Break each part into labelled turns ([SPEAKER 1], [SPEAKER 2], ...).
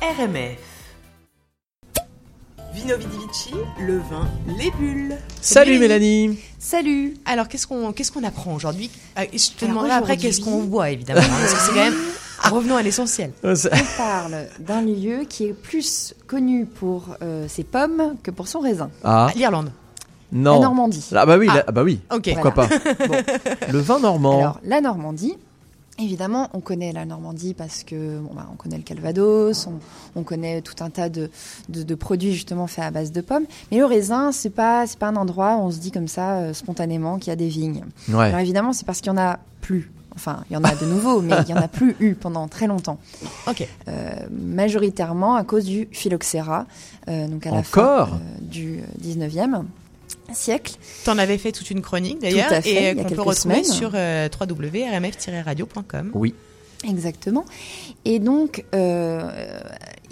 [SPEAKER 1] RMF. Vino Vidivici, le vin, les bulles.
[SPEAKER 2] Salut Mélanie
[SPEAKER 3] Salut
[SPEAKER 1] Alors qu'est-ce qu'on qu'est-ce qu'on apprend aujourd'hui Euh, Je te
[SPEAKER 3] Alors,
[SPEAKER 1] demanderai après
[SPEAKER 3] aujourd'hui-
[SPEAKER 1] qu'est-ce qu'on boit évidemment. hein, parce que c'est quand même revenons à l'essentiel.
[SPEAKER 2] Euh, c'est-
[SPEAKER 3] On parle d'un lieu qui est plus connu pour euh, ses pommes que pour son raisin.
[SPEAKER 2] Ah,
[SPEAKER 1] L'Irlande.
[SPEAKER 2] non
[SPEAKER 3] La Normandie.
[SPEAKER 2] Ah bah oui,
[SPEAKER 1] Ah.
[SPEAKER 2] là- ah bah oui.
[SPEAKER 1] Ok.
[SPEAKER 2] pourquoi pas Le vin normand.
[SPEAKER 3] Alors, la Normandie, évidemment, on connaît la Normandie parce que bon, bah, on connaît le Calvados, on, on connaît tout un tas de, de- de produits justement faits à base de pommes. Mais le raisin, c'est pas, c'est pas un endroit où on se dit comme ça euh, spontanément qu'il y a des vignes.
[SPEAKER 2] ouais.
[SPEAKER 3] Alors évidemment, c'est parce qu'il y en a plus. Enfin, il y en a de nouveaux, mais il y en a plus eu pendant très longtemps. Euh,
[SPEAKER 1] Ok.
[SPEAKER 3] majoritairement à cause du phylloxéra, euh, donc à la
[SPEAKER 2] Encore
[SPEAKER 3] fin euh, du 19e siècle.
[SPEAKER 1] T'en avais fait toute une chronique d'ailleurs
[SPEAKER 3] Tout à fait,
[SPEAKER 1] et euh,
[SPEAKER 3] il y
[SPEAKER 1] qu'on
[SPEAKER 3] a
[SPEAKER 1] peut
[SPEAKER 3] quelques
[SPEAKER 1] retrouver
[SPEAKER 3] semaines.
[SPEAKER 1] sur euh, www.rmf-radio.com.
[SPEAKER 2] Oui.
[SPEAKER 3] Exactement. Et donc, euh,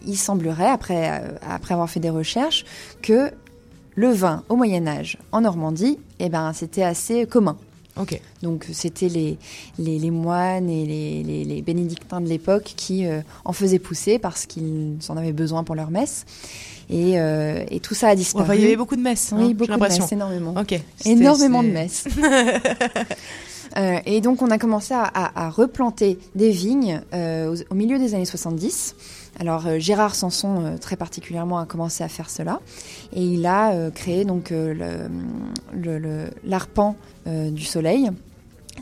[SPEAKER 3] il semblerait, après, euh, après avoir fait des recherches, que le vin au Moyen Âge en Normandie, eh ben, c'était assez commun.
[SPEAKER 1] Ok.
[SPEAKER 3] Donc c'était les, les, les moines et les, les- les bénédictins de l'époque qui euh, en faisaient pousser parce qu'ils en avaient besoin pour leur messe. Et, euh, et tout ça a disparu.
[SPEAKER 1] Enfin, il y avait beaucoup de messes. hein,
[SPEAKER 3] oui,
[SPEAKER 1] j'ai
[SPEAKER 3] beaucoup de
[SPEAKER 1] l'impression.
[SPEAKER 3] messes, énormément.
[SPEAKER 1] Ok. C'était-
[SPEAKER 3] Énormément de
[SPEAKER 1] c'est-
[SPEAKER 3] messes. Euh, et donc on a commencé à, à- à replanter des vignes euh, aux- au milieu des années 70. Alors euh, Gérard Sanson euh, très particulièrement a commencé à faire cela et il a euh, créé donc euh, le- le- le- l'arpent euh, du soleil.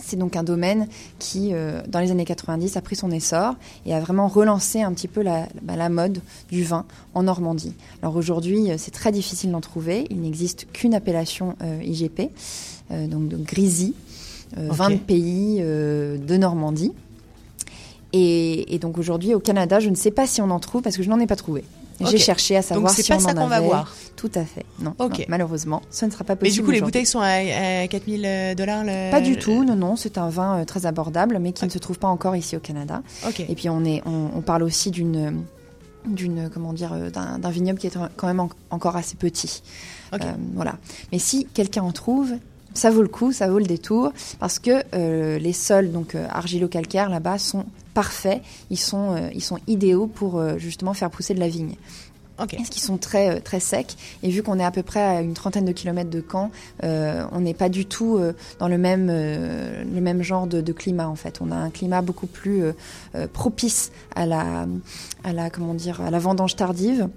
[SPEAKER 3] C'est donc un domaine qui, euh, dans les années 90, a pris son essor et a vraiment relancé un petit peu la, bah, la mode du vin en Normandie. Alors aujourd'hui, euh, c'est très difficile d'en trouver. Il n'existe qu'une appellation euh, IGP, euh, donc de Grisy, euh,
[SPEAKER 1] Ok.
[SPEAKER 3] vin de pays euh, de Normandie. Et, et donc aujourd'hui, au Canada, je ne sais pas si on en trouve parce que je n'en ai pas trouvé.
[SPEAKER 1] Ok.
[SPEAKER 3] J'ai cherché à savoir
[SPEAKER 1] Donc c'est
[SPEAKER 3] si
[SPEAKER 1] pas
[SPEAKER 3] on
[SPEAKER 1] ça
[SPEAKER 3] en
[SPEAKER 1] qu'on va
[SPEAKER 3] avait.
[SPEAKER 1] voir.
[SPEAKER 3] Tout à fait. Non,
[SPEAKER 1] Ok.
[SPEAKER 3] non, malheureusement, ce ne sera pas
[SPEAKER 1] Mais
[SPEAKER 3] possible.
[SPEAKER 1] du coup, les euh,
[SPEAKER 3] aujourd'hui.
[SPEAKER 1] bouteilles sont à, à 4000 dollars le.
[SPEAKER 3] Pas du tout, non, non, c'est un vin euh, très abordable, mais qui ne se trouve pas encore ici au Canada.
[SPEAKER 1] Ok.
[SPEAKER 3] Et puis on, est, on, on parle aussi d'une d'une comment dire euh, d'un d'un vignoble qui est en- quand même en- encore assez petit. Euh,
[SPEAKER 1] Ok.
[SPEAKER 3] voilà. Mais si quelqu'un en trouve, ça vaut le coup, ça vaut le détour, parce que euh, les sols donc euh, argilo-calcaires là-bas sont parfaits, ils sont euh, ils sont idéaux pour euh, justement faire pousser de la vigne.
[SPEAKER 1] Ok.
[SPEAKER 3] Parce qu'ils sont très, euh, très secs. Et vu qu'on est à peu près à une trentaine de kilomètres de Caen, euh, on n'est pas du tout euh, dans le même, euh, le même genre de, de climat, en fait. On a un climat beaucoup plus euh, euh, propice à la, à, la, comment dire, à la vendange tardive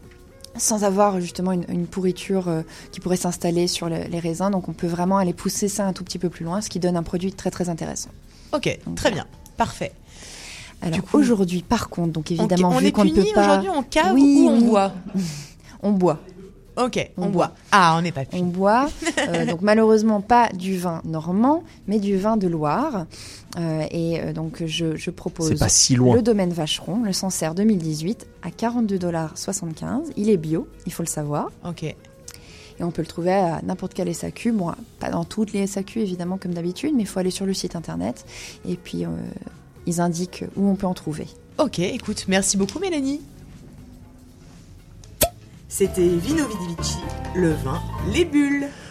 [SPEAKER 3] sans avoir justement une, une pourriture euh, qui pourrait s'installer sur le- les raisins. Donc on peut vraiment aller pousser ça un tout petit peu plus loin, ce qui donne un produit très très intéressant.
[SPEAKER 1] Ok. Très bien. Parfait.
[SPEAKER 3] Alors
[SPEAKER 1] coup-
[SPEAKER 3] aujourd'hui par contre, donc
[SPEAKER 1] On-
[SPEAKER 3] évidemment,
[SPEAKER 1] on,
[SPEAKER 3] vu
[SPEAKER 1] est
[SPEAKER 3] qu'on ne
[SPEAKER 1] puni
[SPEAKER 3] peut pas...
[SPEAKER 1] aujourd'hui en cave
[SPEAKER 3] Oui,
[SPEAKER 1] ou on
[SPEAKER 3] oui.
[SPEAKER 1] boit
[SPEAKER 3] On boit.
[SPEAKER 1] Ok, on,
[SPEAKER 3] On
[SPEAKER 1] boit. Ah, on n'est pas puni.
[SPEAKER 3] on boit. euh, donc malheureusement pas du vin normand, mais du vin de Loire. Euh, et euh, donc je, je propose
[SPEAKER 2] C'est pas si loin.
[SPEAKER 3] le domaine Vacheron, le Sancerre 2018 à 42,75$. Il est bio, il faut le savoir.
[SPEAKER 1] Ok.
[SPEAKER 3] Et on peut le trouver à n'importe quelle SAQ. Bon, pas dans toutes les SAQ évidemment comme d'habitude, mais il faut aller sur le site internet. Et puis euh, ils indiquent où on peut en trouver.
[SPEAKER 1] Ok, écoute, merci beaucoup Mélanie.
[SPEAKER 4] C'était Vino Vidivici, le vin, les bulles.